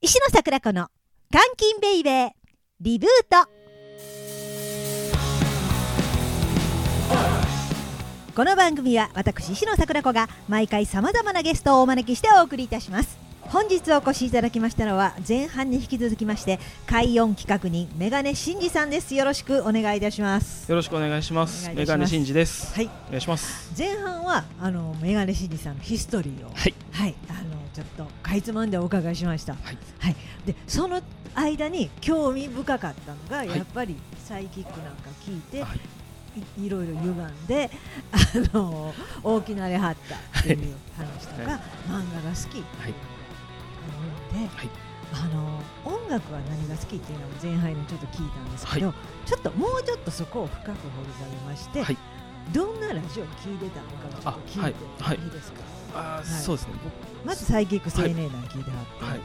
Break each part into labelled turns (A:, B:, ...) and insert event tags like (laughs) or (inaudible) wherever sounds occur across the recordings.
A: 石野桜子の監禁ベイベーリブートこの番組は私石野桜子が毎回さまざまなゲストをお招きしてお送りいたします本日お越しいただきましたのは前半に引き続きまして海音企画人メガネ真司さんですよろしくお願いいたします
B: よろしくお願いします。
A: お願いい
B: メ
A: たします
B: ガネ真司です。
A: はい
B: お願いします。
A: 前半はあのメガネ真司さんのヒストリーを
B: はい
A: はいあのちょっとかいつまんでお伺いしました
B: はい
A: でその間に興味深かったのが、
B: い
A: やっぱりサイキックなんか聞いて、
B: はい
A: い、いろいろ歪んであの大きなれはったっていう話とか、
B: は
A: 漫画が好き
B: はい
A: なので、
B: はい
A: あの音楽は何が好きっていうのも前半にちょっと聞いたんですけど、ちょっともうちょっとそこを深く掘り下げまして、
B: はい
A: どんなラジオを聞いてたのかちょっと聞いて
B: あはいはい
A: いいですか、
B: あー、
A: い
B: そうですね。
A: まずサイキック青年団聞いてはって、
B: 僕はい。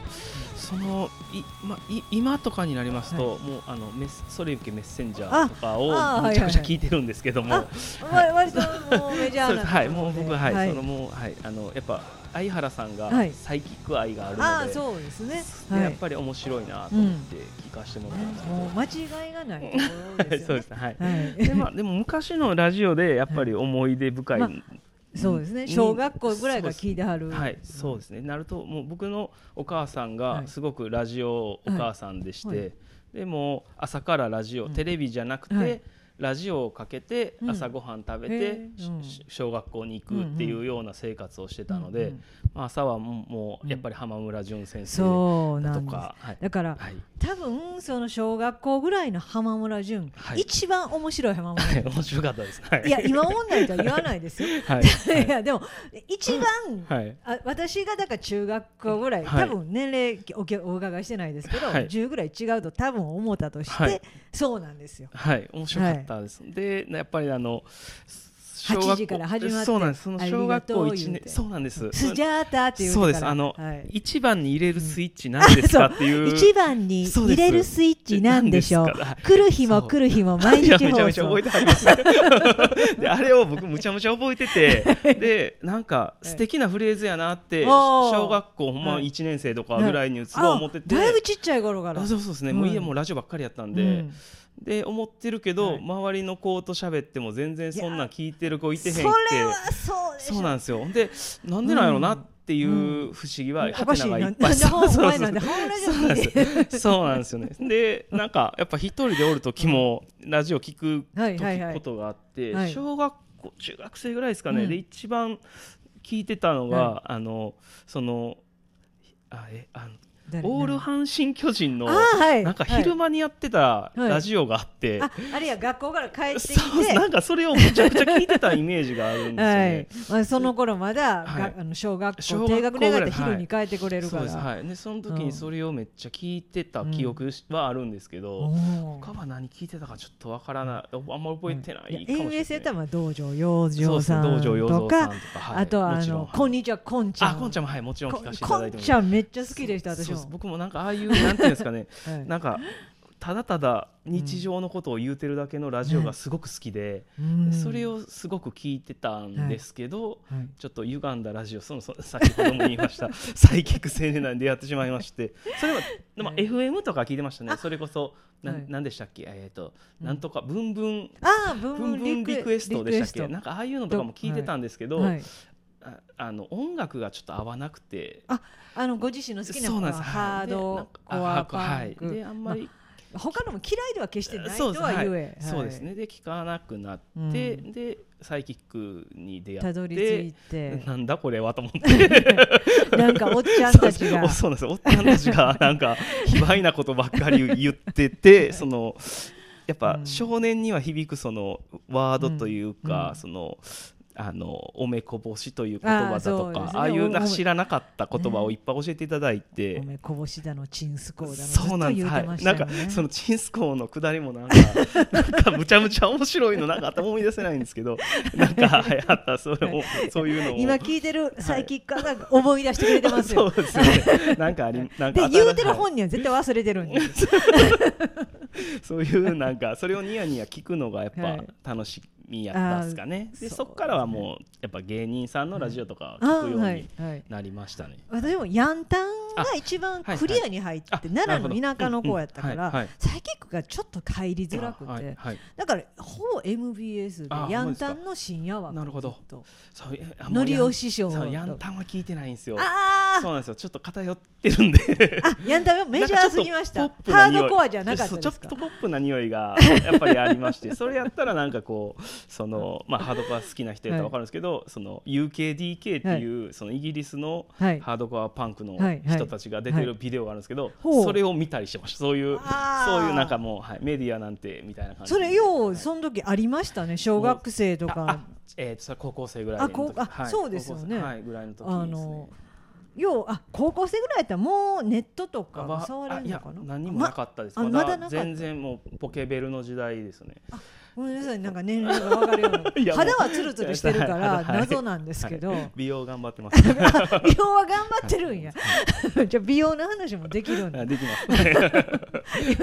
B: そのいまい今とかになりますと、もうあのメスそれ受けメッセンジャーとか
A: ああー
B: をめちゃくちゃ聞いてるんですけども、
A: はいはいわ割ともうメジャー
B: そうで
A: な
B: す。
A: と
B: はい。
A: こ
B: も
A: ろ
B: う
A: で
B: 僕ははい、そのもうはいあのやっぱ相原さんが
A: はい
B: サイキック愛があるので、
A: ああそうですね。
B: で
A: は
B: やっ
A: い。
B: ぱり面白いなと思って聞かせてもらったんですけど
A: もう間違いがないところ
B: は
A: で
B: い
A: す
B: (laughs) そう
A: よね
B: です。ね。はい。
A: はい。
B: でまあでも昔のラジオでやっぱり思い出深い。
A: ま (laughs) そうですね。小学校ぐらいが聞いてはる。
B: はい、そうですね。なるともう僕のお母さん
A: は
B: が
A: い
B: すごくラジオお母さんでして、
A: はいはい
B: でもう朝からラジオ、
A: うん
B: テレビじゃなくて、
A: はい
B: ラジオをかけて
A: うん
B: 朝ごはん食べ
A: へ
B: て
A: え、うん
B: しし小学校に行くってい
A: んう
B: うような生活をしてたので、
A: うんうん
B: まあ、朝はもうもうやっぱり浜村淳先生
A: そう
B: だ
A: な
B: と
A: んです。
B: か、はい
A: だから
B: はい、 (laughs)
A: 多分その小学校ぐらいの浜村淳、
B: はい
A: 一番面白い浜村
B: はい
A: 淳。
B: 面白かったです。はい
A: いや今問題とは言わないですよ。
B: はい
A: (laughs) いやでも一番
B: はい
A: (laughs)
B: はい
A: あ私がだから中学校ぐらい、
B: はい
A: 多分年齢おきお伺いしてないですけど、
B: はい
A: 10ぐらい違うと多分思ったとして、
B: はい
A: そうなんですよ。
B: はい、面白かったです。で、やっぱりあの。小学校
A: 8時から始まって
B: そうなんです。その小学
A: あ
B: 校
A: りがとう
B: 一
A: 言う
B: 年。
A: て
B: そうなんです。
A: スジャータっていう
B: そう
A: の
B: で
A: か
B: す。
A: ら
B: あの
A: はい、
B: 一、番に入れるスイッチなんですかっていう。
A: 一番に
B: そうで
A: 入
B: す
A: れるスイッチなんでしょう
B: なんですから
A: 来る日も来る日も毎
B: (laughs) いや
A: 日
B: めちゃ
A: 放
B: めちゃ覚
A: 送
B: えてはります。で、あれを僕むちゃむちゃ覚えてて、で、なんか素敵なフレーズやなって、
A: おー
B: 小学校ほんま
A: はい
B: 一年生とかぐらいにすごい思ってて。
A: あだいぶちっちゃい頃から
B: あそうそうですね、
A: うん
B: もう家もラジオばっかりやったんで、
A: うん
B: で思ってるけど、
A: はい
B: 周りの子と喋っても全然そんなん聞いてる子いてへんっ
A: そ
B: て
A: れはそうでしょ
B: そうなんですよ。ほんで、なんでなんやろなっていう不思議は、
A: お
B: ハ
A: か
B: テ
A: し
B: ナ
A: い
B: がい
A: な
B: っ
A: ん
B: ぱい。
A: で
B: そう
A: 本
B: そう
A: 来
B: そ
A: な
B: うん
A: で本来じ
B: そ
A: ゃ
B: うなん
A: な
B: で
A: い
B: すよ。そうなんですよね。で、なんか、やっぱ一人でおる時も、ラジオ聞く
A: はいはいはい
B: 時ことがあって
A: は、い
B: 小学校、中学生ぐらいですか
A: う
B: ね、
A: ん
B: で、一番聞いてたの
A: は
B: が、あの、その。あ、え、あの、
A: 誰
B: オール阪神巨人の、
A: あーはい
B: なんか
A: はい
B: 昼間にやってた
A: はい
B: ラジオがあって。
A: ああれや学校から帰ってきて
B: そう、なんか、それをめちゃくちゃ聞いてたイメージがあるんですよ
A: は
B: ね
A: い。、まあ、その頃まだ、
B: はい
A: があの小学
B: 小
A: 校
B: 学校
A: 低学年だっ
B: ぐら
A: て
B: い
A: 昼に帰ってくれる
B: そ
A: か
B: う
A: ら、
B: ですはいでその時
A: うん
B: にそれをめっちゃ聞いてた記憶はあるんですけど、
A: おー
B: 他は何聞いてたかちょっとわからないあんま覚えてないかもしれない
A: 演芸生多
B: も
A: 分道場養生さん
B: 道場洋
A: と
B: 蔵さん
A: か
B: とか、はい、
A: あとは
B: も
A: あ
B: ちろん
A: の
B: はい
A: こんにちはこんちゃん
B: あこんちゃんもはいもちろん
A: こ
B: 聞かせていただ
A: こ
B: いて
A: ん
B: も
A: ちゃんめっちゃ好きでした私
B: そうで
A: も
B: す僕もなんかああいうなんていうんですかね
A: (laughs) はい
B: なんかただただ日常のことを言うてるだけのラジオがすごく好きで、
A: うん
B: それをすごく聞いてたんですけど、
A: はい
B: ちょっと歪んだラジオそのその先ほども言いま
A: (laughs)
B: したサイキック青年団に出会ってしまいましてそれは、まあ
A: はい
B: FM とか聞いてましたねそれこそな,、
A: はい
B: んでしたっけえっ、と
A: うん
B: なんとかブンブン、
A: ああブ
B: ブン
A: ン
B: ブ
A: ブン
B: ンリクエストでしたっけ
A: リクエ
B: なんかああいうのとかも聞いてたんですけ
A: ト
B: ど、
A: はい
B: ああの音楽がちょっと合わなくて。
A: あのご自身の好きな
B: そ
A: の
B: うなん
A: は
B: です
A: ハードコ
B: はいでなん
A: ア
B: かあ
A: パン
B: はい、
A: ク
B: であんまり、
A: 他のも嫌いでは決してない
B: そ
A: と
B: うです
A: は
B: はい
A: 言え
B: そうです
A: はい
B: ねで聞かなくなって、
A: うん
B: でサイキックに出会って
A: たどり着いて
B: なんだこれはと思って
A: (laughs) なんかおっちゃんたちが
B: そうそうなんですよおっちゃんたちがなんか卑猥なことばっかり言っ
A: (laughs)
B: ててそのやっぱ
A: うん
B: 少年には響くそのワードというか、
A: うん
B: そのあのおめこぼしという言葉だと
A: あーそうで
B: かあ
A: すね
B: あ,、い
A: お
B: うなんか
A: おめ
B: 知らなかった言葉をいっぱい教えていただいて
A: お。めこぼしだのチンスコーだのずっ
B: そう
A: と
B: なんです、
A: 言う
B: は
A: て
B: い
A: ま、した
B: な
A: よ
B: んか
A: ね、 (laughs)
B: そのチンスコーのくだりもなんかなんかむちゃむちゃ面白いのなんか頭思い出せないんです
A: (laughs)
B: けどなんかはいあったそれもそういうのを
A: 今聞いてるサイキックが思い出してくれてますよ。
B: (laughs) そうですよねなんかありなんか
A: で
B: 新しい
A: 言うてる本人は絶対忘れてるんです。
B: (laughs) そういうなんかそれをニヤニヤ聞くのがやっ
A: は
B: ぱ
A: い
B: 楽しみやったんですかねで
C: そう
B: そこからはもうやっぱ芸人さんのラジオとか
A: あ
B: 聞くよう
A: は
B: に
A: いはい
B: なりましたね。
A: 私もヤンタンが一番
B: あはい
A: クリアに入って、
B: あ
A: 奈良の田舎の子やったか
B: なるほどうんうん
A: ら
B: はいはい
A: サイキックがちょっと帰りづらくて、
B: はいはい
A: だからほぼ MBS で
B: あ
A: ヤンタンの深夜枠
B: なるほど
A: ずっと
B: そうえあもう
A: のりお
B: やん
A: 師匠
B: そうヤンタンは聞いてないんですよ。
A: あ
B: そう
A: ー
B: なんですよちょっと偏ってる
A: (laughs)
B: んで。
A: あヤンタンがメジャーすぎました
B: なんかちょっ
A: ハー
B: とポップな匂い
A: ドコアじゃなかったで
B: そ
A: す
B: うちょ
A: か
B: っとポップな匂いが (laughs) やっぱりありましてそれやったらなんかこうその、まあ、ハードコア好きな人やったら分かるんですけど、その UKDK っていう、そのイギリスの
A: はい
B: ハードコアパンクの
A: はいはい
B: 人たちが出てるビデオがあるんですけど、
A: ほう
B: それを見たりしてましたそういう
A: あー
B: そういうなんかもう、はい、メディアなんてみたいな感じ
A: それようその時ありましたね小学生と
B: ああ
A: か
B: えー、とそれは高校生ぐらいの時
A: あ高あそうですよね
B: 高校生はい、ぐらいの時です、ね、
A: あのようあ高校生ぐらいやったらもうネットとか
B: ま
A: が触れるのか
B: あい
A: な
B: や何もなかったです、
A: あ
B: ま
A: まだ
B: だ
A: なかった
B: 全然もうポケベルの時代ですね
A: ごめんなさいなんか年齢が分かるよう
B: (laughs) い
A: な
B: やもう
A: 肌はツルツルしてるか
B: は
A: ら
B: いはい
A: 謎なんですけど、 (laughs)
B: はい美容頑張ってます。
A: 美容は頑張ってるんや (laughs) じゃあ美容の話もできるんだ
B: あできます。
A: (laughs)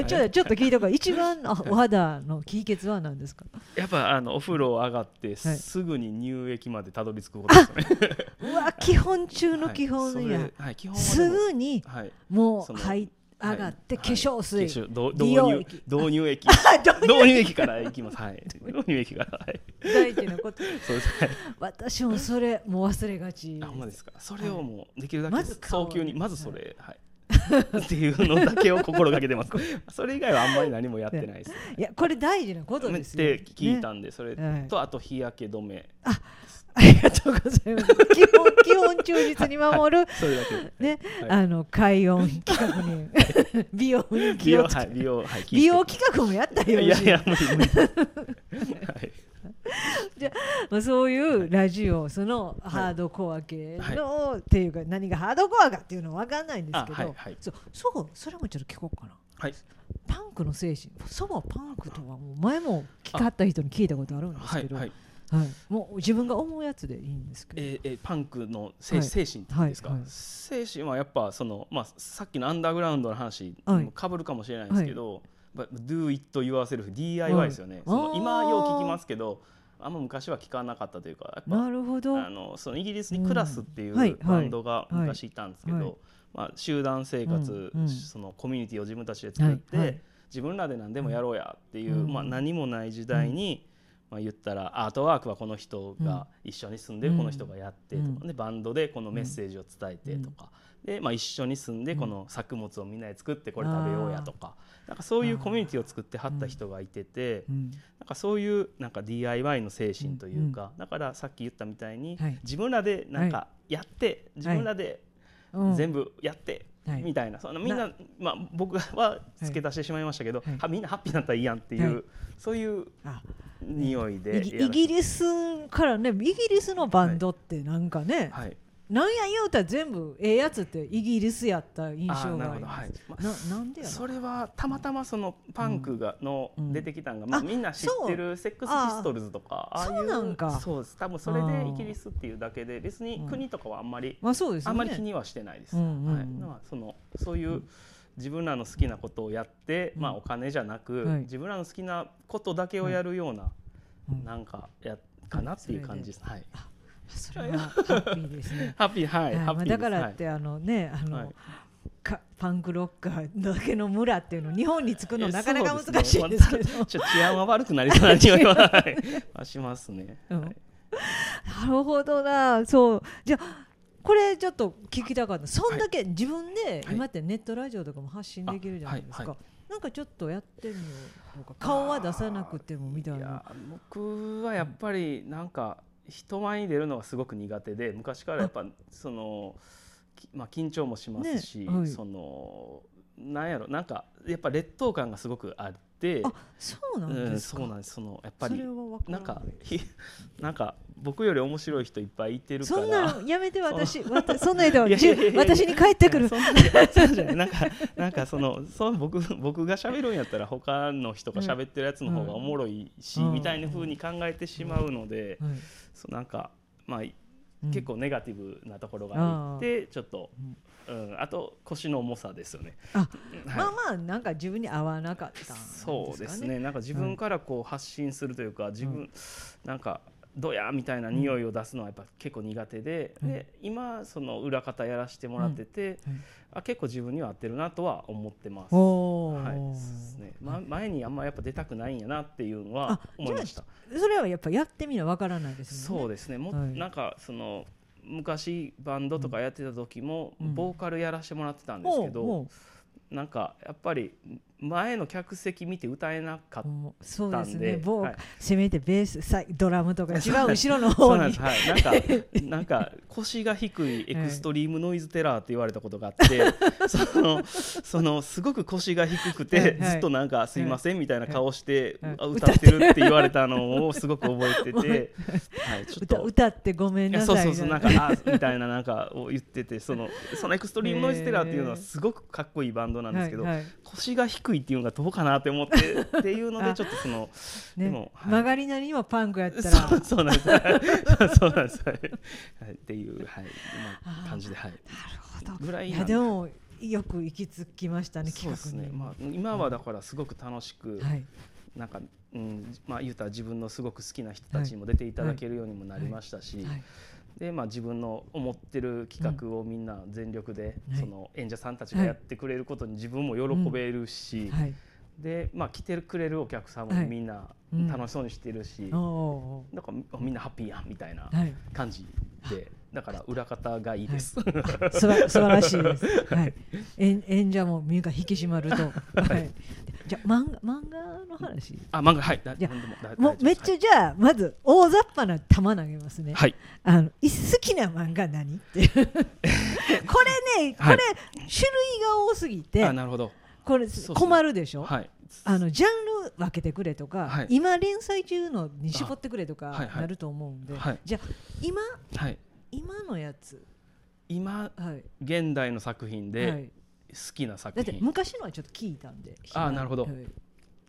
A: ちょちょっと聞いとこう一番あお肌のキーケツは何ですか
B: やっぱあのお風呂上がって
A: はい
B: すぐに乳液までたどり着くことですよね。
A: うわ基本中の
B: はい
A: 基本や、
B: それはい基本はで
A: す
B: も
A: ぐに
B: はい
A: もう
B: その
A: はい上がって化粧水、
B: はい化粧ど
A: 美容
B: (laughs)
A: 液
B: 導入導
A: (laughs)
B: 入液
A: あ
B: 導入液からいきます。はい導入液からはい
A: 大事なこと
B: そうです。はい
A: 私もそれもう忘れがち
B: あほんまですか。それをもうできるだ
A: ま
B: け
A: ず顔
B: 早急にまずそれはい。っていうのだけを心がけ
A: (laughs)
B: てます。それ以外はあんまり何もやってないです。
A: いやこれ大事なことですよ
B: って聞いた
A: ね
B: んで、それ
A: はい
B: とあと日焼け止め。
A: ありがとうございます基本基本忠実に守る
B: (laughs) それだけで。
A: ね、
B: はい
A: あの快音企画に (laughs) 美容に
B: 美
A: 気を
B: 容
A: つけ
B: (laughs) はい美容はい
A: 美容企画もやったらよ
B: い
A: ろ
B: や
A: しい
B: いや無理無理。
A: (laughs)
B: はい。
A: まあ、そういうラジオそのハードコア系の、っていうか何がハードコアかっていうのは分かんないんですけど、
B: あはいはい
A: そうそうそれもちょっと聞こうかな
B: はい。
A: パンクの精神そもパンクとはもう前も聞かった人に聞いたことあるんです
B: は
A: け
B: い
A: ど、
B: はい。
A: はいもう自分が思うやつでいいんですけど、
B: えーえーパンクの精,、
A: はい
B: 精神って言うんですか、
A: はいはい
B: 精神はやっぱその、まあ、さっきのアンダーグラウンドの話
A: はい
B: もかぶるかもしれないんですけど、やっぱ Do it yourself DIY ですよね、
A: はい
B: その今
A: あー
B: よう聞きますけどあんま昔は聞かなかったというかやっぱ
A: なるほど
B: あのそのイギリスにクラスってい
A: うんはいう
B: バンドが昔いたんですけど、
A: はいはい
B: まあ、集団生活、
A: うんうん
B: そのコミュニティを自分たちで作って、
A: はいはい
B: 自分らで何でもやろうやっていう、
A: うん
B: まあ、何もない時代に、まあ、言ったらアートワークはこの人が一緒に住んでる
A: うん
B: この人がやってとか、
A: うん
B: でバンドでこのメッセージを伝えてとか。でまあ、一緒に住んでこの作物をみんなで作ってこれ食べようやとかなんかそういうコミュニティを作ってはった人がいてて、
A: うん
B: なんかそういうなんか DIY の精神というか、だからさっき言ったみたいに、
A: はい
B: 自分らでなんかやって、自分らで
A: うん
B: 全部やって、
A: はい
B: みたいなそのみんなまあ、僕は付け出してしまいましたけど、
A: はい
B: はみんなハッピーになったらいいやんっていう、
A: はい
B: そういう
A: あ
B: 匂いで
A: イギイギ
B: リ
A: リスからねイギリスのバンドってなんかね、
B: はい、
A: なんや言うたら全部ええやつってイギリスやった印
B: あー
A: 象
B: なる
A: があ
B: ほ
A: り
B: ど、
A: ま
B: は
A: す
B: い、ま
A: な
B: あ
A: なんでや
B: そ
A: ろ
B: れはたまたまそのパンクがの
A: うん
B: 出てきたんが、まあ、
A: あ
B: みんな知ってるセックスピストルズとか
A: あ
B: ああいう
A: そうなんか
B: そうです多分それ
A: あ
B: で
A: ー
B: イギリスっていうだけで別に国とかはあんまり
A: まあそうです
B: あ
A: よ
B: んまり気
A: ね
B: にはしてないです。
A: うんうんうん
B: はい、まあそのそういう自分らの好きなことをやって、
A: うん
B: まあお金じゃなく、
A: はい
B: 自分らの好きなことだけをやるような、
A: うん
B: なんかやかなっていう感じです。はい。
A: それはハッピーですね
B: ハッピーはい、
A: はい
B: ハ
A: まあ
B: ッピーです。
A: だからってあのねあ
B: はい
A: のかパンクロッカーだけの村っていうの日本に着く
B: はい
A: のなかなか
B: そう
A: 難しい
B: ね
A: ですけど
B: ちょっと治安は悪くなりそうな
A: (laughs)
B: 匂いは、はいはしますね。
A: うん
B: はい
A: なるほどなそうじゃあこれちょっと聞きたかったそんだけ自分で
B: はい
A: 今ってネットラジオとかも発信できるじゃないです
B: あは
A: かなんかちょっとやってみようとか顔は出さなくてもみたい
B: い
A: な
B: や僕はやっぱりなんか人前に出るのがすごく苦手で昔からやっぱその、きまあ、緊張もしますし、
A: ねはい
B: そのなんやろなんかやっぱ劣等感がすごくあって
A: あそうな
B: うん
A: で
B: ん、
A: す
B: そう
A: か
B: なんですそのやっぱ
A: それ
B: り
A: は分から
B: なんかひ (laughs) なんか僕より面白い人いっぱいいてるか
A: そ
B: ら
A: んなのやめて
B: そう
A: 私わたそんな人はい
B: (laughs) やいやいやいや
A: 私に帰ってくる
B: (laughs) そんなそうじゃないなんかなんかそのそう僕僕が喋るんやったら他の人が喋ってるやつの方がおもろいし、
A: うん
B: みたいな風に考えてしまうので。
A: はい
B: そうなんかまあ
A: うん
B: 結構ネガティブなところがあってちょっと、うん、あと腰の重さですよね。
A: あ
B: はい
A: まあまあなんか自分に合わなかったんですかね
B: そうですねなんか自分からこう発信するというか、自分なんかドヤーみたいな匂いを出すのはやっぱ結構苦手で,、
A: うん
B: で今その裏方やらせてもらってて、
A: うんはい
B: あ結構自分には合ってるなとは思ってます。は
A: おー
B: い、そうですね、ま、前にあんまやっぱ出たくないんやなっていうのは
A: あ
B: 思いました。
A: それはやっぱやってみなわからないですもんね
B: そうですねも、
A: はい
B: なんかその昔バンドとかやってた時も、
A: うん
B: ボーカルやらせてもらってたんですけど、
A: おう
B: なんかやっぱり前の客席見て歌えなかっ
A: おうおうそうです
B: たんで
A: ね某、
B: はい
A: せめてベースさドラムとか違う後ろの方に
B: そうなんです、はい、なんか (laughs) なんか腰が低いエクストリームノイズテラーって言われたことがあって、
A: (laughs)
B: そのそのすごく腰が低くて、
A: はいはい
B: ずっとなんかすいませんみたいな顔して、
A: はい
B: あ歌ってるって言われたのをすごく覚えてて、はい、ちょっ
A: 歌
B: と
A: 歌ってごめん
B: い
A: な
B: や
A: さい
B: そうそうそう
A: みた
B: ないんかあみたいななんかを言ってて
A: (laughs)
B: そのそのエクストリームノイズテラーっていうのはすごくかっこいいバンドなんですけど、
A: はいはい
B: 腰が低いっていうのがどうかなって思ってっていうのでちょっとそ
A: (laughs)
B: の
A: ね
B: でもはい
A: 曲がりなりにもパンクやったら
B: そう (laughs) そうなんですそうなんですはいはいっていうはいまあ感じではい
A: なるほど
B: ぐらい
A: い
B: なん
A: や
B: で
A: でもよく行き着きましたね
B: そう
A: 企
B: で
A: 画
B: す
A: に
B: ね、まあ、今はだからすごく楽しく、
A: はい
B: なんか、うんまあ、言うたら自分のすごく好きな人たちにも出ていただけるようにもなりました
A: は
B: し、
A: い
B: でまあ、自分の思ってる企画をみんな全力で、
A: うん
B: その演者さんたちがやってくれることに自分も喜べるし、
A: はい
B: でまあ、来てくれるお客さんも
A: はい
B: みんな
A: うん
B: 楽しそうにしてるし、
A: おうお
B: なんかみんなハッピーやんみたいな
A: うはい
B: 感じで、だから裏方がいいです。
A: すば素晴らしいです。はい、演演者も身が引き締まると。はい、じゃあ漫画漫画の話。
B: (laughs) あ漫画はいだ
A: いや
B: 何でもだ
A: も
B: 大丈夫
A: う
B: です
A: めっちゃじゃあまず大雑把な球投げますね。
B: はい
A: あのい好きな漫画何って
B: (laughs)
A: いうこれねこれ、
B: はい
A: 種類が多すぎ
B: はい
A: て
B: あなるほど
A: これ
B: そうそう
A: 困るでしょ。
B: はい
A: あのジャンル分けてくれとか、
B: はい
A: 今連載中のに絞ってくれと
B: あは
A: か
B: いはい
A: なると思うんで、
B: はい
A: じゃあ今
B: はい
A: 今のやつ、
B: 今
A: はい
B: 現代の作品
A: は
B: で
A: い、
B: 好きな作
A: だって
B: 品、
A: 昔のはちょっと聞いたんで
B: あーなるほど
A: はい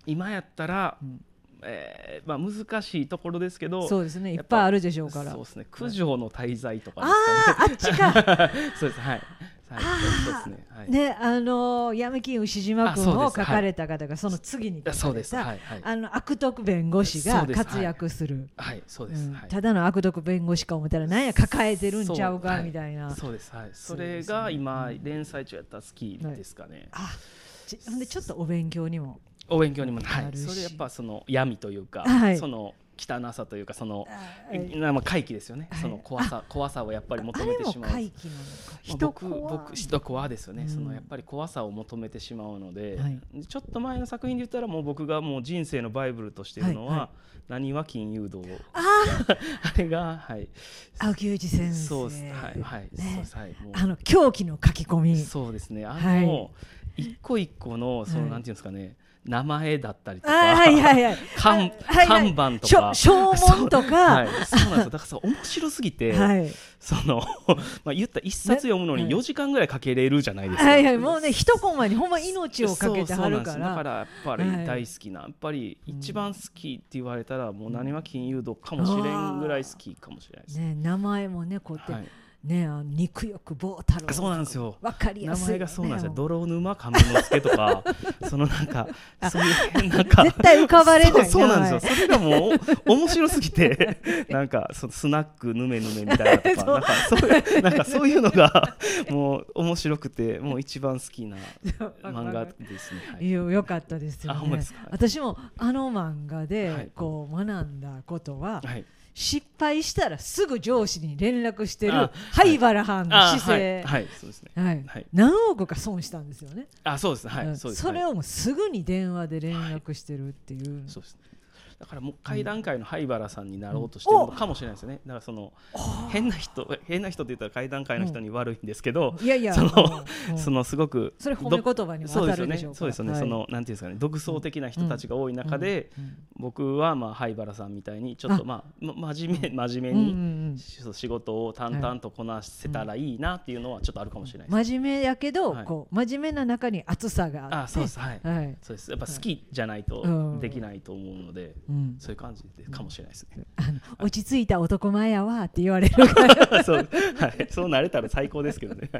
B: 今やったら、
A: うん
B: えーまあ、難しいところですけど
A: そうですねいっ
B: やっぱ
A: ぱいあるでしょうから
B: そうですね九条の滞在とか
A: あ
B: です
A: あーあっちか
B: かね (laughs) そうですはいはい
A: あー
B: そうですねはい
A: ねあのー闇金牛島君
B: あそう
A: を
B: で
A: 書
B: すはい
A: かれた方がその次に書か
B: あ
A: れた
B: そうですはいはい
A: あの悪徳弁護士
B: そ
A: が
B: うですはい
A: 活躍する
B: はいそうです、
A: うん
B: はい
A: ただの悪徳弁護士か思ったらなんや抱えてるんちゃう
B: そ
A: か
B: は
A: みたいな
B: そうですはいそ
A: そうで
B: れ
A: すね
B: が今、
A: うん
B: 連載中やったら好きですかね、
A: あちほんでちょっとお勉強にも
B: お勉強にもなる、は、
A: ないるし
B: それやっぱその闇というか、
A: はい
B: その汚さというかその、
A: あはい
B: なまあ怪奇ですよね、
A: はい
B: その怖さ怖さをやっぱり
A: あ
B: 求め
A: れ
B: て
A: も
B: しまう。
A: 回帰なのか
B: まあ
A: 人
B: 僕
A: 怖
B: 僕人怖ですよね、
A: うん
B: そのやっぱり怖さを求めてしまうので、
A: はい
B: ちょっと前の作品で言ったらもう僕がもう人生のバイブルとしているのは「
A: はいは
B: 何は金融道」
A: あー
B: (laughs) あれがはい
A: 青木雄二先生
B: そうですはいはい、そうですはいもう
A: あの狂気の書き込み
B: そうですねあ
A: はい
B: の、一個一個のその、
A: はい
B: なんていうんですかね名前だったりと
A: あ
B: か、
A: はいはいはい
B: 看
A: あはいはい
B: 看板とか
A: しょ正門とか
B: はい、そうなんですよだからさ面白すぎて、
A: はい
B: その (laughs) まあ言ったら一冊読むのに
A: ね
B: 4時間ぐらいかけれるじゃないですか。
A: はいはいもうね一コマにほんま命をかけてはるか
B: そうそうなんですよだかららやっぱ
A: はい
B: り大好きな、やっぱり一番好きって言われたらもう何は金融道かもしれんぐらい好きかもしれないです。
A: ね名前もねこうや
B: は
A: って
B: い、
A: ねあの肉欲棒太郎
B: そうなんですよ
A: わかり
B: 名
A: やすいよね
B: 前がそうなんですよ泥沼亀之助とかそのなんかそういう変なんか
A: 絶対浮かばれない
B: そうそうなんです
A: 名前
B: よそれがもう面白すぎて (laughs) なんかそのスナックぬめぬめみたいなとか
A: そう
B: なんかそういうなんかそういうのがもう面白くてもう一番好
A: (laughs)
B: きな漫画ですね、はい
A: いや (laughs) よかったですよ
B: あほんま
A: ね
B: ですか
A: 私もあの漫画
B: は
A: で
B: い
A: こう学んだことは
B: はい、
A: 失敗したらすぐ上司に連絡してる
B: あ
A: 灰原藩の
B: あ
A: 姿勢
B: はい、はい、そうですね
A: はい
B: はい
A: 何億か損したんですよね
B: あそうですねは
A: う
B: い
A: ん
B: そうです
A: それ
B: はい
A: をもうすぐに電話で連絡してるっていう、
B: そうですねだからもう階段階の灰原さんになろうとしてるのかもしれないですよねだからその変な人変な人って言ったら階段階の人に悪いんですけど、
A: いやいや
B: そ
A: も
B: の
A: う、うん
B: そのすごく
A: それ褒め言葉にも
B: そう
A: 当
B: で
A: た
B: すよ
A: るで
B: ね
A: しょうか
B: そうですよね、
A: はい
B: そのなんていうんですかね独創的な人たちが多い中で、
A: うんうん
B: 僕はまあ灰原さんみたいにちょっと
A: あ
B: まあま真面目真面
A: うん
B: 目
A: う
B: に
A: ん
B: そう仕事を淡々とこなせたらいいなっていうのはちょっとあるかもしれないです、
A: うん真面目やけど、
B: はい
A: こう真面目な中に熱さがあって
B: あそうですはい、
A: はい
B: そうですやっぱ好きじゃないと
A: うん
B: できないと思うので、
A: ううん
B: そういう感じでかもしれないですね。
A: あの落ち着いた男前やわって言われるから
B: (laughs) そうはい、そうなれたら最高ですけどね。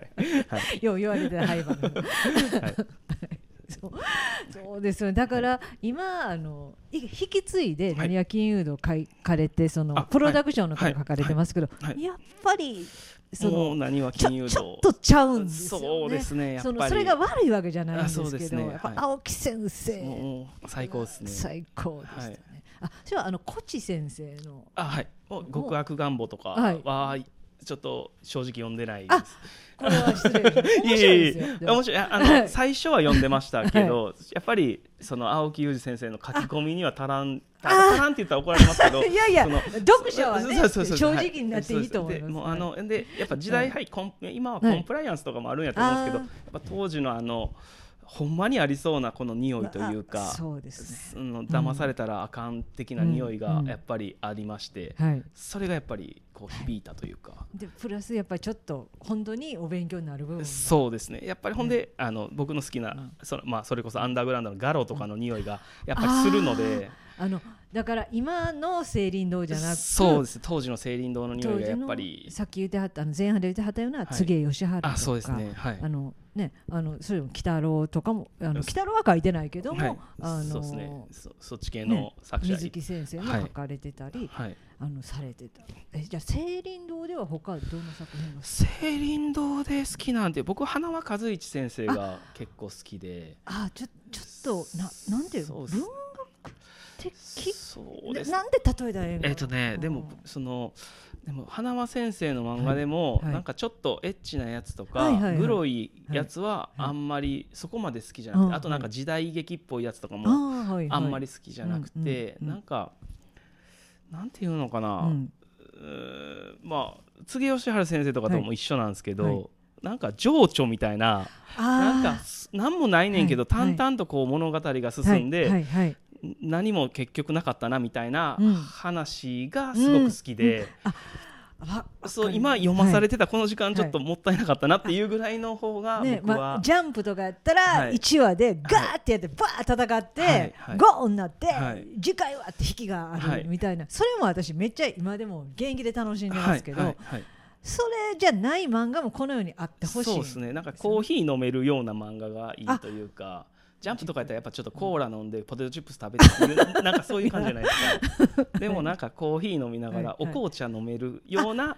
B: はい
A: よう言われてた廃盤の
B: はい
A: そうそうですよねだから今あのい引き継いで何や金融道書かれてその
B: あ
A: プロダクションの方が書かれてますけど
B: はいはい
A: やっぱりそ
B: も
A: の
B: う何は
A: ち
B: 金
A: ょ
B: 融
A: ち
B: 道
A: ょっとちゃうんですよね。
B: そうですねやっ
A: そ
B: ぱり
A: のそれが悪いわけじゃないんです
B: あそう
A: け
B: です
A: ど
B: ね
A: やっぱ
B: はい
A: 青木先生
B: もうもう最高ですね。
A: 最高でしたね。あそれはあのコチ先生の
B: あはい、もう極悪願望とか
A: はい
B: はちょっと正直読んでないで
A: あ
B: す。
A: これは失礼しました
B: い
A: 面白
B: えい
A: いで
B: え
A: すよ。でも
B: 面白いああ
A: はい
B: の最初は読んでましたけど、やっぱりその青木裕二先生の書き込みには足らんた足らんって言ったら怒られますけど
A: (laughs) いやいや
B: その
A: 読者はね
B: そうそうそう
A: 正直になっていいと思います
B: はでもうあのでやっぱ時代、はいコン今はコンプライアンスとかもあるんやと思うんですけど、
A: はい
B: やっぱ当時のあのほんまにありそうなこの匂いという
A: あ
B: か
A: そうです
B: その騙されたらあかん的な匂いがやっぱりありまして、
A: ね。はい。
B: それがやっぱりこう響いたというか。
A: でプラスやっぱりちょっと本当にお勉強になる部分も
B: そうですねやっぱりほんで、あの僕の好きな、そのまあ、それこそアンダーグラウンドのガロとかの匂いがやっぱりするので、
A: あのだから今の青林堂じゃなく
B: そうです当時の青林堂の匂いがやっぱり
A: 当時のさっき言ってはったあの前半で言ってはったような
B: はい
A: 柘植義治とか、
B: あそうですねはい
A: あのねあのそれも鬼太郎とかもあの
B: うん
A: 鬼太郎は書いてないけども、
B: はい、
A: あの
B: そうですねそそっち系
A: ね
B: の作者、
A: 水木先生も書かれてたり、
B: はい
A: あのされてたえじゃあ青林堂では他どの作品が
B: 青林堂で好きなんで僕花輪和一先生が結構好きで
A: あちょちょっとななんていう
B: そ
A: の
B: うです
A: 文学的
B: そうですね
A: ななんで例えたらええんかな
B: えっとね、でもそのでも花輪先生の漫画でも、
A: はいはい
B: なんかちょっとエッチなやつとか、
A: はいはいはい
B: グロいやつはあんまりそこまで好きじゃなくて、
A: うん
B: あとなんか時代劇っぽいやつとか
A: あ
B: も
A: ーはいはい
B: あんまり好きじゃなくて、
A: うんうんうん
B: なんかなんていうのかな、
A: うん
B: うーんまあ杉吉原先生とかとも一緒なんですけど、
A: はいはい
B: なんか情緒みたいななんかすなんもないねんけど、
A: はいはい
B: 淡々とこう物語が
A: あー
B: 進ん
A: は
B: で、
A: いはいはい
B: 何も結局なかったなみたいな
A: うん
B: 話がすごく好きで。
A: あわ
B: そ
A: わ
B: う
A: かる
B: 今読まさ
A: はい
B: れてたこの時間ちょっともったいなかったなっていうぐらいの方が
A: ね
B: 僕
A: まあ、
B: は
A: ジャンプとかやったら
B: はい
A: 1話でガーってやってバーッ戦って、
B: はいはい
A: ゴーになって、
B: はい
A: 次回はって引きがあ
B: は
A: る
B: い
A: みたいな、それも私めっちゃ今でも現役で楽しんでますけど、
B: はいはいはい
A: それじゃない漫画もこのようにあってほしい
B: そうですねなんかコーヒー飲めるような漫画がいいというかジャンプとかやったらやっぱちょっとコーラ飲んでポテトチップス食べてってい
A: (laughs)
B: うなんかそういう感じじゃないですかでもなんかコーヒー飲みなが
A: は
B: ら
A: い
B: お
A: はい
B: 紅茶飲めるような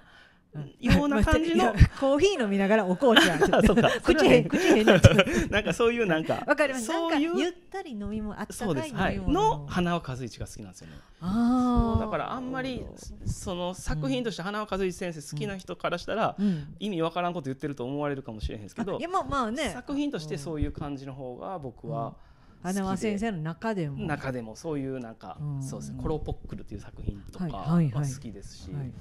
A: うん
B: ような感
A: (laughs)
B: じ
A: いや
B: の
A: コーヒー飲みながらお紅茶
B: (laughs) そうか
A: 口へん口へん
B: (laughs)
A: なっちゃう
B: (laughs) なんかそういうなんか
A: わかりますなん
B: そう
A: か
B: い
A: ゆっ
B: う
A: たり飲みもあった
B: そ
A: か
B: う
A: い
B: で
A: 飲み
B: す
A: 物
B: はいの花輪和一が好きなんですよね
A: あー
B: だからあんまりその作品として花輪和一先生好きな人からしたら
A: うん
B: 意味わからんこと言ってると思われるかもしれへんですけ
A: あ
B: ど
A: いやまあまあね
B: 作品としてそういう感じの方が僕は好きで
A: 花輪先生の中でも
B: 中でもそういうなんか
A: うん
B: そうですねコロポックルっていう作品とか
A: はいはい
B: は
A: はい
B: 好きですし
A: はい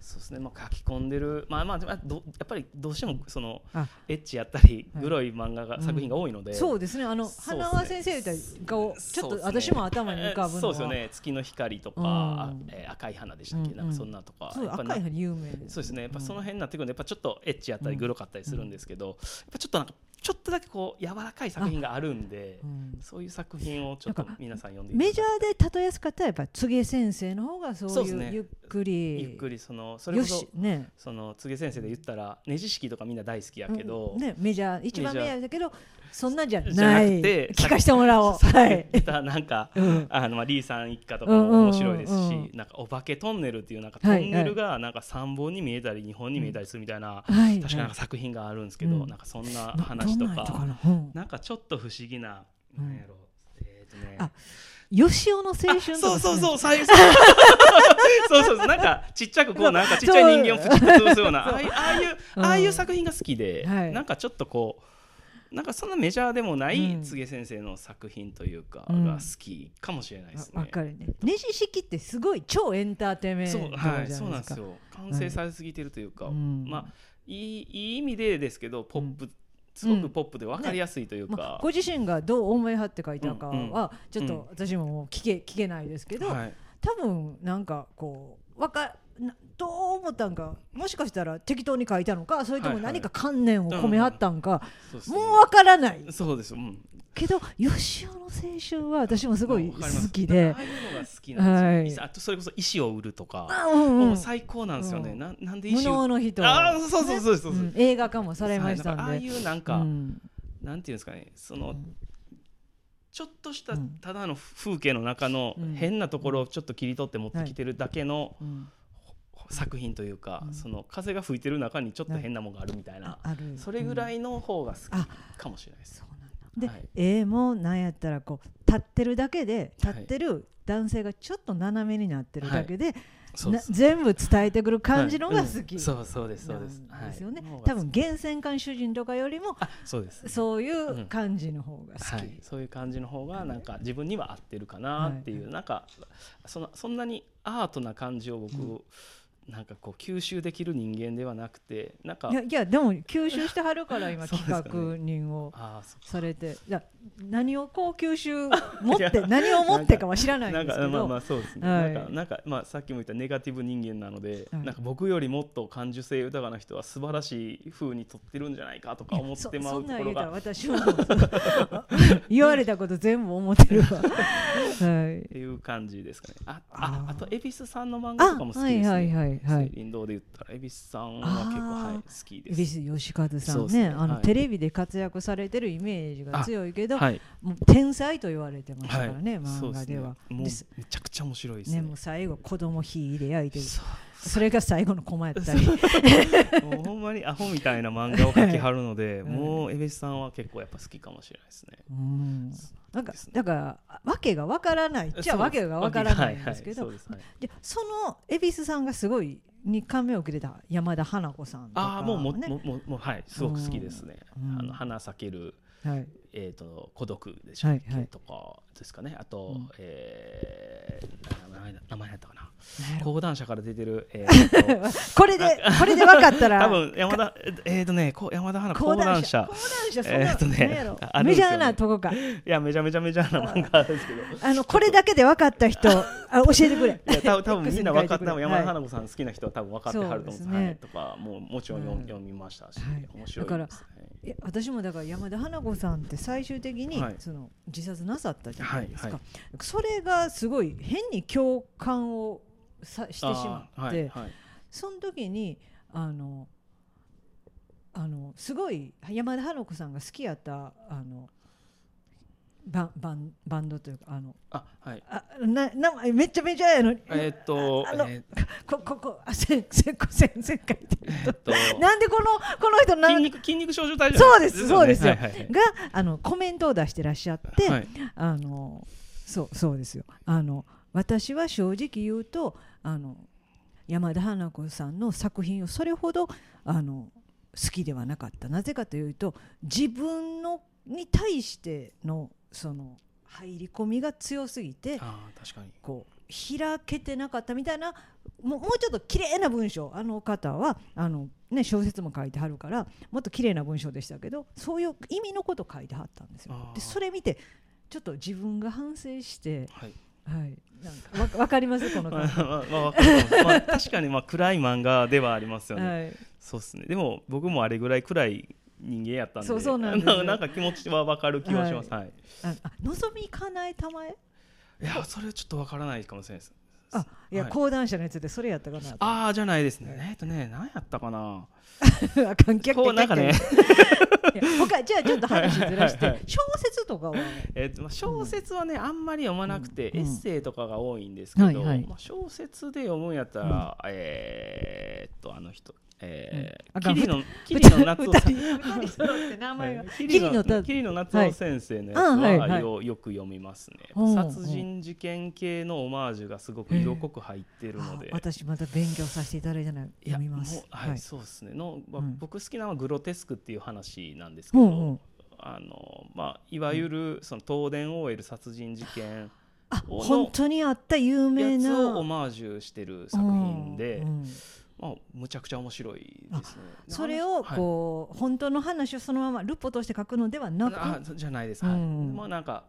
B: そうですねまあ書き込んでるまあまあまあどやっぱりどうしてもその
A: あ
B: エッチやったり
A: はい
B: グロい漫画
A: う
B: が
A: ん
B: 作品が多いので
A: そうですねあの
B: そう
A: 花輪先生たがをちょっと私も頭に浮かぶのは
B: そうですよね月の光とか
A: うん
B: えー赤い花でしたっけ
A: うん
B: なんかそんなとか
A: そう
B: やっぱ
A: 赤い
B: な
A: 花有名です
B: そうですねやっぱその辺になってくるんでやっぱちょっとエッチやった
A: う
B: り
A: ん
B: グロかったりするんですけど、やっぱちょっとなんかちょっとだけこう柔らかい作品があるんで、
A: うん
B: そういう作品をちょっと
A: なんか
B: 皆さん読んでいただ
A: メ
B: き
A: ジ
B: た
A: ャ
B: い
A: ーで例えやすかったらやっぱ柘植先生の方がそ
B: そううで
A: い
B: す
A: う
B: ね
A: ゆっくり
B: ゆっくりそのそれ
A: よ
B: こそ
A: しね
B: その柘植先生で言ったらネジ式とかみんな大好きやけど、
A: うんねメジャー一番メ
B: メ
A: ジ
B: ジャー
A: ャーだけどそんなんじゃ
B: じゃ
A: な
B: ないくて
A: 聞かせてもらおう
B: さっき
A: はい
B: 言ったなんか、
A: うん
B: (laughs) あのまあリーさん一家とかも面白いですし、
A: うんうんうん
B: なんかお化けトンネルっていうなんかト
A: はい
B: ンネルがなんか三本に見えたり二本に見えたりするみたいな、
A: はい
B: 確かなんか作品があるんですけど、
A: うん
B: なんかそんな
A: な
B: 話と
A: どんなんやった
B: か
A: なうん
B: なんかちょっと不思議な、
A: うん
B: なんやろう、えーとね、
A: あ吉尾の青春とか
B: そうそう
A: う
B: そう、最初。 (laughs) そうそうそう、なんかちっちゃくこう、なんかちっちゃい人間をプチッと潰すような、ああいう、ああいう、
A: うん
B: ああいう作品が好きで、
A: はい
B: なんかちょっとこう。なんかそんなメジャーでもな
A: う
B: い
A: ん
B: 柘植先生の作品というか、
A: うん
B: が好きかもしれないです
A: わ
B: ね。
A: かるねネジ式ってすごい超エンターテイメント
B: そう、
A: じゃな
B: はいい、そうな
A: で
B: んです
A: か
B: すよ。完成されすぎてるというか、
A: うん
B: まあ、いい、いい意味でですけど、ポップ。すごくポップで分かりやすいというか、
A: まあ、ご自身がどう思いはって書いたか
B: うんうん
A: はちょっと私ももう聞け聞けないですけど、
B: はい、
A: 多分なんかこうわかなどう思ったんかもしかしたら適当に書いたのかそれとも
B: はいはい
A: 何か観念を込め合ったんか、
B: そうですね
A: もうわからない
B: そうです、うん、
A: けど吉尾の青春は私もすごい
B: わかります
A: 好きで
B: ああいうのが好きなんですよ、
A: は
B: あとそれこそ石を売るとか、
A: あうんう
B: も
A: ん
B: う最高なんですよね、
A: うん
B: ななんで
A: 無
B: 石を
A: 能の人
B: ああそうそうそうそうそう、
A: うん映画化もされましたん
B: はいなんかあ
A: で
B: あいうなん
A: う
B: か、
A: ん
B: なんていうんですかねその、ちょっとした
A: うん
B: ただの風景の中の
A: うん
B: 変なところをちょっと切り取って持ってきてるだけの
A: うん
B: 作品というか、
A: うん
B: その風が吹いてる中にちょっと変なもんがあるみたいな
A: あ、ある
B: それぐら
A: い
B: いの方が好き
A: あ
B: かもしれないです。
A: そうなんだ
B: は
A: で
B: い
A: 絵もなんやったらこう立ってるだけで立
B: はい
A: ってる男性がちょっと斜めになってるだけで
B: そうです
A: な全部伝えてくる感じのが
B: は
A: 好
B: いうん
A: き
B: そうそうですそうです。
A: なんですよね
B: はい
A: 多分厳選官主人とかよりも
B: あそうです。
A: そういう感じの方が好
B: はい、そういう感じの方がなんか自分には合ってるかなっていう、
A: は
B: なんかそのそんなにアートな感じを僕、なんかこう吸収できる人間ではなくてなんか
A: きいやいやでも吸収してはるから今
B: (laughs) そうで
A: 企
B: すかね
A: 画人を
B: あーそ
A: されていや何をこう吸収持って何を持ってかは知らない
B: なん
A: んで
B: か
A: すけ
B: まあま
A: ど
B: あそうですね、
A: はい
B: なんかなんかまあさっきも言ったネガティブ人間なので、
A: はい
B: なんか僕よりもっと感受性豊かな人は素晴らしい風に撮ってるんじゃないかとか思ってま
A: そそ
B: うんと
A: なん言
B: ころ
A: うた
B: が
A: ら私も (laughs) 言われたこと全部思ってるわはい
B: っていう感じですかね。あ
A: あー
B: ああと恵比寿さんの漫画
A: あ
B: とかも好き
A: は
B: です
A: い
B: ね。
A: はいはいはい
B: 林道で言ったら恵比寿さんは結
A: あ
B: 構
A: ー
B: はい好きです。
A: 蛭子義和さ
B: そ
A: んね
B: うですね
A: あの、
B: はい
A: テレビで活躍されてるイメージが強いけど、
B: はい
A: もう天才と言われてましたからね、漫画では
B: そう
A: で
B: ですすねもうめちゃくちゃ面白いです
A: ね
B: ね。
A: もう最後子供火で焼いてる
B: そ
A: それが最後の駒やったり
B: うもうほんまにアホみたいな漫画を描きはる
A: (laughs)
B: ので、
A: ん
B: もう恵比寿さんは結構やっぱ好きかもしれないですね。
A: うんなんか
B: ですね
A: だからわけがわからないじゃあ
B: そう
A: わ
B: です
A: けがわからないんですけど、
B: はいはいそうですはい
A: でその恵比寿さんがすごいに感銘を受けてた山田花子さんとか、ね、
B: ああもうももももうはいすごく好きですね。
A: うん
B: あの花咲ける
A: はい、
B: えー、と孤独でしたっけ、
A: はいはい
B: とかですかねあと、
A: うん
B: えー、名前名前だったかな
A: なんやろ
B: 講談社から出てる、え
A: (laughs)
B: ー、と
A: これでこれで分かったら
B: (laughs) 多分山田えっ、ー、とねこう山田花講談社
A: 講談社そんな、
B: えーっとね
A: なんやろ
B: あるん
A: メジ
B: ですよ
A: ャーなとこか
B: いやめちゃめちゃメジャーな漫画で
A: (laughs)
B: すけど
A: あのこれだけで分かった人あ教えてくれ
B: いや多分多分
A: X
B: み
A: に書
B: んない
A: て
B: 分
A: く
B: かっ
A: れ
B: た多分山
A: は
B: 田
A: い
B: 花子さん好きな人は多分分かってはると思うんです
A: そうですね
B: はい、とかもうもちろん読,、
A: うん
B: 読みましたし、
A: はい
B: 面白い
A: だから
B: ですね
A: いや私もだから山田花子さんって最終的に、
B: はい
A: その自殺なさったじゃないですか、
B: はいはい
A: それがすごい変に共感をさしてしまって、
B: あーはいはい
A: その時にあのあのすごい山田花子さんが好きやったあのバンバンバンドというかあの
B: あはい
A: あななめっちゃめちゃやのに
B: えーっ、と
A: あの
B: えー
A: こここあせんせんこせんせん書いてる
B: えーっと
A: なんでこのこの人な
B: 筋
A: んが
B: 肉筋肉症状体じゃない
A: そうです
B: よねはいはいはい
A: あのコメントを出してらっしゃって、
B: はい
A: あのそうそうですよあの私は正直言うとあの山田花子さんの作品をそれほどあの好きではなかったなぜかというと自分のに対してのその入り込みが強すぎて
B: ああ確かに
A: こう開けてなかったみたいなもうもうちょっと綺麗な文章あの方はあの、ね、小説も書いてはるからもっと綺麗な文章でしたけどそういう意味のこと書いてはったんですよ
B: あ。ー
A: でそれ見てちょっと自分が反省して、
B: はい
A: はい、なんかわわかりますこの
B: ま
A: 感
B: あ
A: じ。
B: まあまあわかるかもまあ確かにまあ暗い漫画ではありますよね、
A: はい
B: そうですねでも僕もあれぐらい暗い人間やったんで
A: そうそうなんですよ
B: なんか気持ちはわかる気はします、はいい、
A: ああ望みかなえたまえ
B: やそれはちょっとわからないかもしれないです
A: あいや、
B: はい
A: 講談社のやつでそれやったかなと
B: ああじゃないですねえっとね何やったかな
A: (laughs) あ観客
B: こうなんかね
A: 他じゃあちょっと話ずらして、
B: はいはいはい
A: 小説とかは
B: えっとまあ小説はねあんまり読まなくて、
A: うん
B: エッセイとかが多いんですけど、
A: はいはい
B: まあ、小説で読むんやったら、えーっとあの人え
A: うんあ
B: ー、
A: かん
B: 桐野
A: 二
B: 桐
A: 人
B: 野夏夫さん
A: 二人揃って名前が
B: 桐野
A: た
B: 桐野夏夫先生のやつ
A: はいあはい
B: は
A: はい
B: よよく読みますね、
A: うん
B: 殺人事件系のオマージュがすごく色濃く入ってるので、
A: あ私また勉強させていただいたの
B: いや
A: 読みます
B: もうはい、そうですねの、まあ
A: うん
B: 僕好きなのはグロテスクっていう話なんですけ
A: ほ
B: ど、
A: うほ
B: あのまあ、いわゆるその東電 OL 殺人事件
A: あ
B: おの
A: 本当にあった有名
B: や
A: な
B: つをオマージュしてる作品で、
A: うんうん
B: まあ、むちゃくちゃ面白いですね。
A: それを
B: はい
A: こう、本当の話をそのままルポとして書くのではなく
B: あじゃないです、はい
A: うん
B: まあなんか、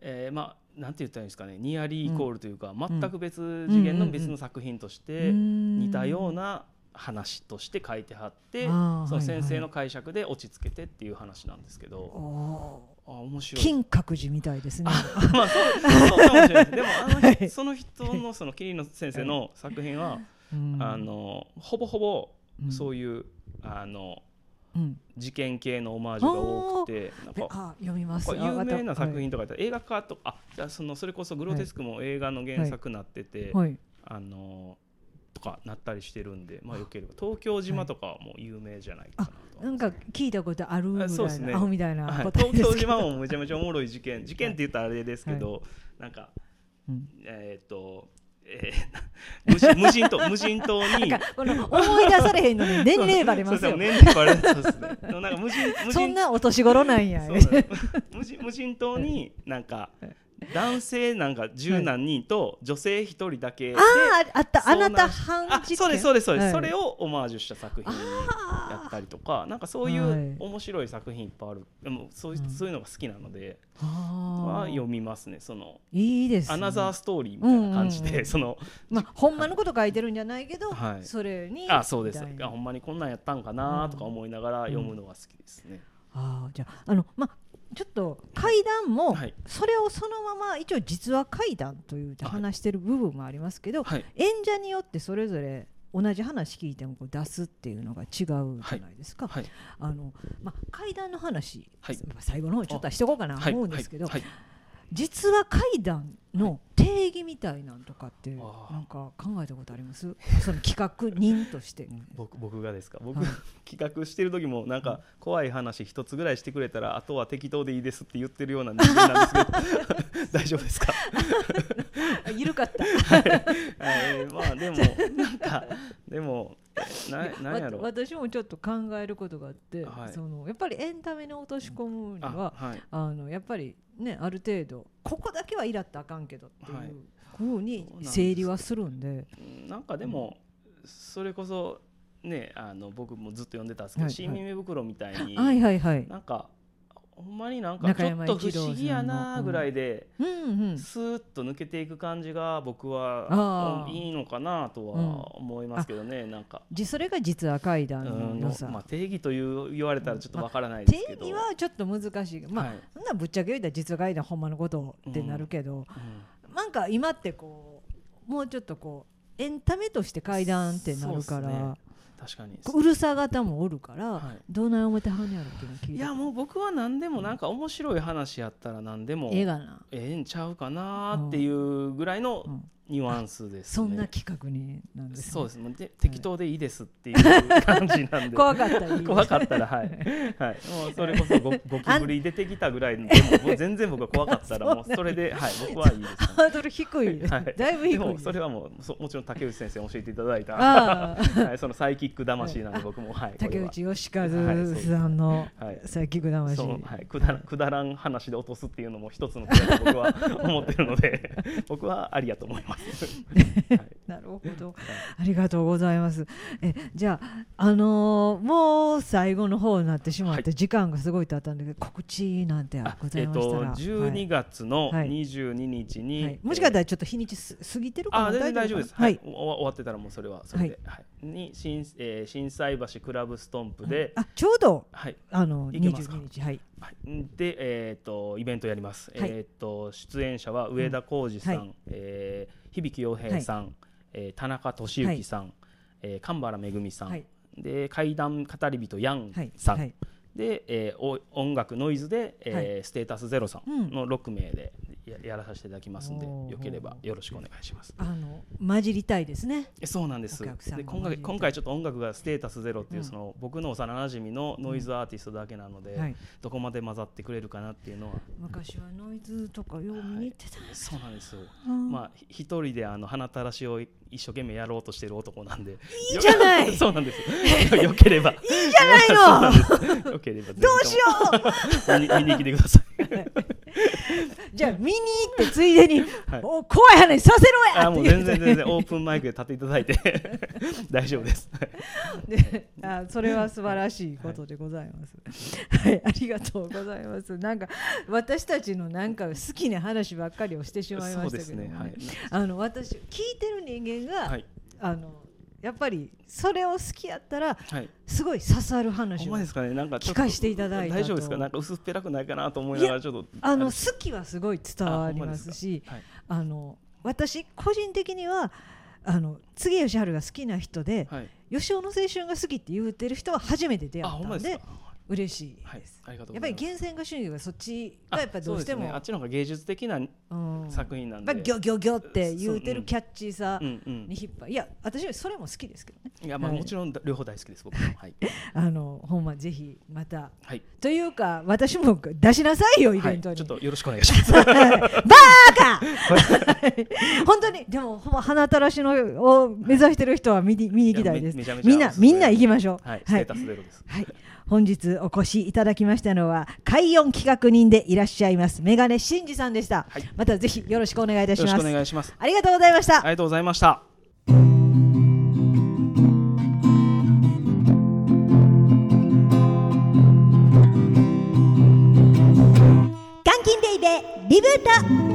B: えーまあなんて言ったらいいんですかねニアリーイコールというか、全く別次元の別の作品として似たような話として書いてはって、
A: あーはい
B: その
A: はい
B: 先生の解釈で落ち着けてっていう話なんですけど、
A: おー
B: あ面白い
A: 金閣寺みたいですね。
B: まあそうそうかもしれ
A: (laughs)
B: ないですでもあの、
A: はい
B: その人のその桐野先生の作品は、
A: うん
B: あ、のほぼほぼ
A: うん
B: そういう、あの
A: うん、
B: 事件系のオマージュが多くてなんか
A: あ読みます。
B: なんか有名な作
A: あ
B: 品とかだったら映画化とかあじゃあそのそれこそ「グロテスク」も映画の原作なってて、
A: またはいはい
B: あのとかなったりしてるんで、まあ、よければ東京島とかも有名じゃないかなと
A: なんか聞いたことあるぐらい
B: あそうですね
A: のアホみたい
B: は
A: ない答え
B: 東
A: です
B: 京
A: けど。
B: 島もめちゃめちゃおもろい事件事件って言ったらあれですけど、なんか
A: うん
B: えーっと、えー (laughs) 無人無
A: (laughs)
B: 人島無人島に
A: なんかこの思い出されへんのに年齢バレます
B: (laughs) そ
A: よ
B: う。年齢バレそうですねでもなんか無人
A: (laughs)
B: 無人
A: そんなお年頃なんや。
B: そうだよ (laughs) 無人無人島になんか男性なんか十何人と女性一人だけで、
A: あああった
B: そ
A: あ
B: うなん
A: なた半
B: あ
A: 事件
B: そうですそうですそうです、
A: はい
B: それをオマージュした作品やったりとかなんかそうい
A: はいう
B: 面白い作品いっぱいあるでもそういう
A: うん
B: そういうのが好きなので、
A: あ
B: は
A: ー
B: 読みますねその
A: いいです、ね、
B: アナザーストーリーみたいな感じで、
A: うんうんうん
B: その
A: まあほんまのこと書いてるんじゃないけど、
B: はい
A: それに
B: あそうです
A: みたい
B: あ
A: な
B: ほんまにこんなんやったんかなとか思いながら読むのが好きですね、
A: あーじゃああのまあちょっと階段も
B: はい
A: それをそのまま一応実は階段というて
B: はい
A: 話してる部分もありますけど、
B: はい
A: 演者によってそれぞれ同じ話聞いてもこう出すっていうのが違うじゃないですか、
B: はい
A: あのまあ、階段の話、
B: はい
A: まあ最後の方ちょっとはしとこうかな
B: はい
A: 思うんですけど、
B: はいはい
A: 実は階段の定義みたいなんとかってなん
B: あー
A: か考えたことありますその企画人として (laughs)
B: 僕僕がですか僕、
A: はい
B: 企画してる時もなんか怖い話一つぐらいしてくれたらあとは適当でいいですって言ってるような人間なんですけ
A: (laughs)
B: ど大丈夫ですか、
A: あ緩かった
B: はいまあでもなんかでも
A: (laughs)
B: な (laughs) なんやろ
A: わ私もちょっと考えることがあって、
B: はい
A: そのやっぱりエンタメに落とし込むに
B: あ
A: は
B: はい
A: あのやっぱりねある程度ここだけはイラったらあかんけどってい
B: はいう
A: ふうに
B: そうなんです
A: 整理はするんで
B: うんなんかでもそれこそねあの僕もずっと読んでたんですけど「
A: はい
B: 新耳袋」みたいに、
A: はいはいはい
B: なんかほんまになんか
A: 中
B: ちょ
A: 山
B: っと不
A: 一郎さんの
B: 思議やなぐらいで。
A: うんうん
B: スーッと抜けていく感じが僕は
A: あー
B: いいのかなとは思いますけどね、なんか、
A: じそれが実は階
B: う
A: 段の
B: ん
A: 良さ、
B: まあ、定義という言われたらちょっとわからないです
A: 定
B: けど、
A: 義はちょっと難しいまあ、
B: はい
A: そんなぶっちゃけ言うたら実は階段ほんまのことってなるけど、なんか今ってこうもうちょっとこうエンタメとして階段ってなるから
B: そうっすねうん確かに
A: こううるさ方もおるから、
B: はい
A: どうない思ってはんねやろっていうの聞いて
B: いやもう僕は何でもなんか面白い話やったら何でも
A: 映
B: え
A: 画な、
B: えんちゃうかなっていうぐらいの
A: うん
B: ニュアンスです
A: そ
B: ね、
A: んな企画になんです、ね、
B: そうですねで適当でいいですっていう感じな
A: (laughs)
B: んで
A: 怖かったり
B: 怖かった
A: (laughs)
B: らはい、はい、もうそれこそごゴキブリ出てきたぐらいでももう全然僕は怖かっ
A: (laughs)
B: たらもうそれで、はい、僕はいいです、
A: ハードル低い、
B: はい
A: (laughs) だいぶ低
B: で
A: い
B: もそれはもうそもちろん竹内先生に教えていただいた
A: あ
B: (laughs) はいそのサイキック魂なんで僕もはい
A: 竹
B: こ
A: 内義和
B: はいそうです
A: さんの
B: はい
A: サイキック
B: れは
A: 魂、
B: そうはいくだらくだらん話で落とすっていうのも一つの手だと僕は思ってるので
A: (laughs)
B: 僕はありやと思います。はい
A: なるほど、ありがとうございます。え、じゃあ、あのーもう最後の方になってしまって、
B: は
A: 時間がすごい経ったんだけど、告知なんて
B: あ
A: ござ
B: え
A: い
B: っ
A: ました
B: と
A: ら。
B: 12月の
A: はい
B: 22日
A: はい
B: に、
A: はいもしかした
B: え
A: ら、
B: ー
A: ちょっと日にちす過ぎてるかな。
B: あ全然大丈夫です、
A: は
B: はいい、。お終わってたらもうそれはそれで、はいに新,、えー、震災橋クラブストンプで、
A: あ、ちょうど、
B: はい
A: あの、
B: い
A: 二十
B: けますか
A: 二日、はい。
B: はい、で、えー、とイベントやります、
A: はい
B: えー、と出演者は上田浩二さん、
A: うんは
B: えー響洋平さん、えー田中俊之さん、えー神原めぐみさん、
A: はい
B: で怪談語り人ヤン
A: はい。
B: さん、
A: はい。
B: で、えーお音楽ノイズで、えー
A: は
B: ステータスゼロさ
A: うん
B: んの6名でややらさせていただきますんで、
A: おー
B: よければよろしくお願いします。
A: あの、混じりたいですね。
B: えそうなんです
A: お客さん
B: で
A: も
B: 今
A: 交え
B: 回
A: て
B: 今回ちょっと音楽がステータスゼロっていう、
A: うん
B: その僕の幼馴染のノイズアーティストだけなので、
A: はい。
B: どこまで混ざってくれるかなっていうのは
A: 昔はノイズとか、よう見に行ってたんです。
B: そうなんですよ。
A: うん
B: まあひ一人であの鼻たらしを一生懸命やろうとしてる男なんで。い
A: いじゃない
B: (laughs) そうなん
A: (laughs)
B: です。よければ。いいじ
A: ゃない
B: (laughs)
A: の
B: いの。よければ。ど
A: どうしよう。
B: う。見に見に来てください。
A: (laughs) じゃあ見に行ってついでに
B: はい
A: お怖い話させろやっ
B: あも
A: て言
B: う全
A: って
B: 然全
A: (laughs)
B: 然オープンマイクで立っていただいて (laughs) 大丈夫です。
A: であそれは素晴らしいことでございます。はい、ありがとうございます。なんか私たちのなんか好きな話ばっかりをしてしまい
B: そ
A: ま
B: う
A: した
B: で
A: け
B: す
A: どもね、
B: ね。はい。
A: あの私聞いてる人間が、
B: はい。
A: あのやっぱりそれを好きやったら
B: はい。
A: すごい刺さる
B: ほ
A: 話
B: ん
A: を
B: まですかね。なんかち
A: 聞
B: ょっと
A: かせていただいたと
B: 大丈夫ですか。なんか薄っぺらくないかなと思いながらちょっと
A: あの
B: れ
A: 好きはすごい伝わりますし
B: あほんまですかはい
A: あの私個人的にはあの次義治が好きな人で、
B: はい。
A: 吉尾の青春が好きって言ってる人は初めて出
B: あ
A: 会っ
B: ほん
A: た
B: ま
A: ん
B: で
A: です
B: か。
A: 嬉しいです。
B: はい。ありがとう
A: や
B: ご
A: っぱり
B: ざいます。
A: 厳選が主義がそっち
B: あ
A: がやっぱどうしても
B: そですねあっちの方が芸術的な
A: うん
B: 作品なん
A: ま
B: で。
A: あギョギョギョって言うて
B: そうう
A: る
B: ん
A: キャッチーさ
B: うんうん。
A: に引っ張いや私はそれも好きですけどね
B: いやまあ
A: はい
B: もちろん両方大好きです僕も。はい。
A: あのほんまぜひまた (laughs)
B: はい。
A: というか私も出しなさいよイ
B: は
A: ベ
B: い
A: ン
B: ち
A: ト
B: ょ
A: に、
B: っとよろしくお願い
A: (laughs)
B: します。
A: バカ (laughs) 本当にでもほんま鼻たらしのを目指してる人は見に見に行きたいです
B: いやめめちゃめちゃ
A: みんなみんな行きましょう
B: はい。ステータスゼロです。
A: はい、本日お越しいただきましたのは海音企画人でいらっしゃいますメガネ真二さんでした、
B: はい
A: またぜひよろしくお願いいたし
B: よろし
A: ま
B: く
A: す
B: お願いします。
A: ありがとうございました
B: ありがとうございました。
D: 監禁ベイベーリブート